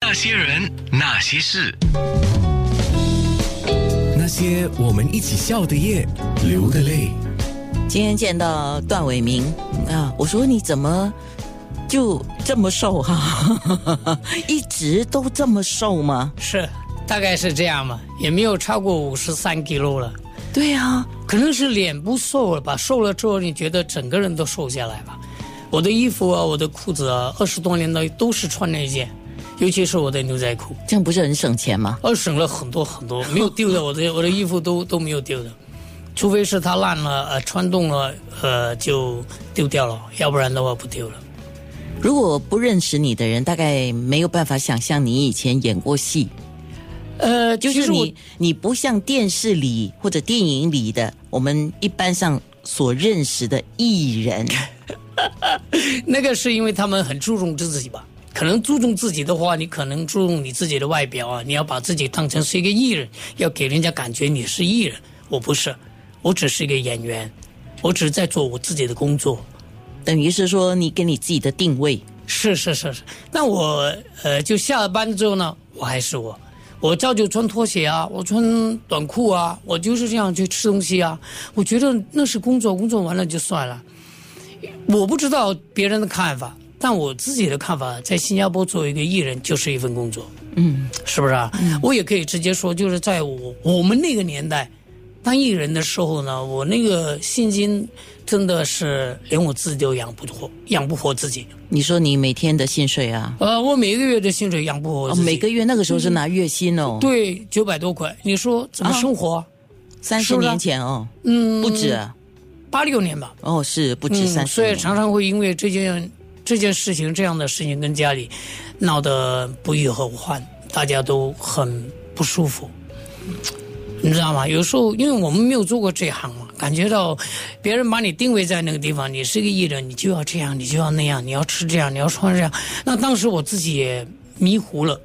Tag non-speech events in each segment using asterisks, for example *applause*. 那些人，那些事，那些我们一起笑的夜，流的泪。今天见到段伟明啊，我说你怎么就这么瘦哈、 *laughs* 一直都这么瘦吗？是，大概是这样嘛，也没有超过五十三 k 了，对啊，可能是脸部瘦了吧，瘦了之后你觉得整个人都瘦下来吧。我的衣服啊，我的裤子啊，二十多年来都是穿那件，尤其是我的牛仔裤，这样不是很省钱吗？呃，省了很多很多，没有丢的，我的 *laughs* 我的衣服都都没有丢的，除非是它烂了，呃，穿洞了，呃，就丢掉了，要不然的话不丢了。如果不认识你的人，大概没有办法想象你以前演过戏，呃，就其是实我你你不像电视里或者电影里的我们一般上所认识的艺 *laughs* 人。那个是因为他们很注重自己吧。可能注重自己的话，你可能注重你自己的外表啊，你要把自己当成是一个艺人，要给人家感觉你是艺人。我不是，我只是一个演员，我只是在做我自己的工作。等于是说，你给你自己的定位，是是是是，那我呃，就下了班之后呢，我还是我，我照旧穿拖鞋啊，我穿短裤啊，我就是这样去吃东西啊。我觉得那是工作，工作完了就算了。我不知道别人的看法，但我自己的看法，在新加坡作为一个艺人，就是一份工作。嗯，是不是啊？我也可以直接说，就是在我我们那个年代。当艺人的时候呢，我那个薪金真的是连我自己都养不活，养不活自己。你说你每天的薪水啊，呃，我每个月的薪水养不活我哦，自己每个月那个时候是拿月薪哦，对九百多块，你说怎么生活啊？三十是不是啊年前哦，嗯，不止啊八六年吧，哦，是不止三嗯，十所以年。常常会因为这件这件事情这样的事情跟家里闹得不亦乐乎，大家都很不舒服。你知道吗？有时候因为我们没有做过这行嘛，感觉到别人把你定位在那个地方，你是个艺人，你就要这样，你就要那样，你要吃这样，你要穿这样。那当时我自己也迷糊了，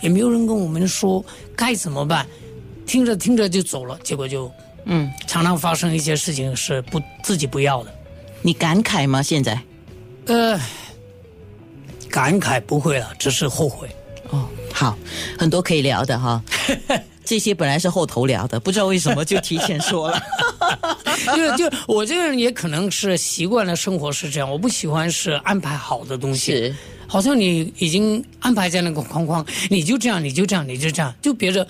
也没有人跟我们说该怎么办，听着听着就走了，结果就嗯，常常发生一些事情是不自己不要的。你感慨吗？现在呃，感慨不会了，只是后悔。 *laughs* 哦，好，很多可以聊的哈。这些本来是后头聊的，不知道为什么就提前说 *laughs* 了。就就我这个人也可能是习惯了生活是这样，我不喜欢是安排好的东西。是好像你已经安排在那个框框，你就这样，你就这样，你就这样，就别着。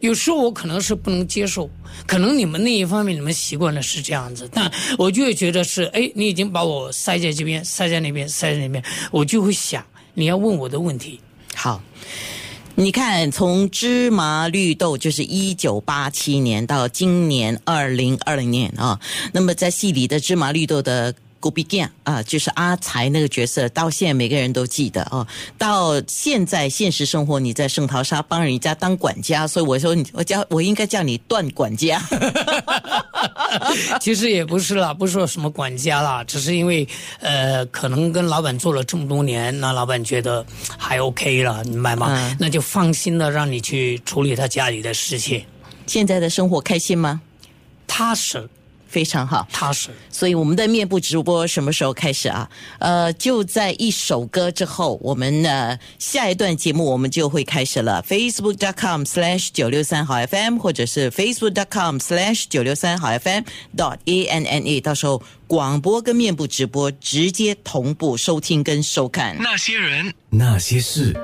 有时候我可能是不能接受，可能你们那一方面你们习惯了是这样子，但我就会觉得是，哎，你已经把我塞在这边，塞在那边，塞在那边，我就会想你要问我的问题，好，你看，从芝麻绿豆就是一九八七年到今年二零二零年啊，那么在戏里的芝麻绿豆的。古比健啊，就是阿才那个角色，到现在每个人都记得哦。到现在现实生活，你在圣淘沙帮人家当管家，所以我说你，我叫我应该叫你段管家。 *laughs* *laughs* 其实也不是啦，不是说什么管家啦，只是因为呃，可能跟老板做了这么多年，那老板觉得还 OK 了，明白吗？嗯那就放心的让你去处理他家里的事情，现在的生活开心吗？踏实非常好。踏实。所以我们的面部直播什么时候开始啊？呃，就在一首歌之后，我们呢下一段节目我们就会开始了。Facebook.com/slash 九六三好 FM，或者是 Facebook.com/slash 九六三好 FM dot a n n a，到时候广播跟面部直播直接同步收听跟收看。那些人，那些事。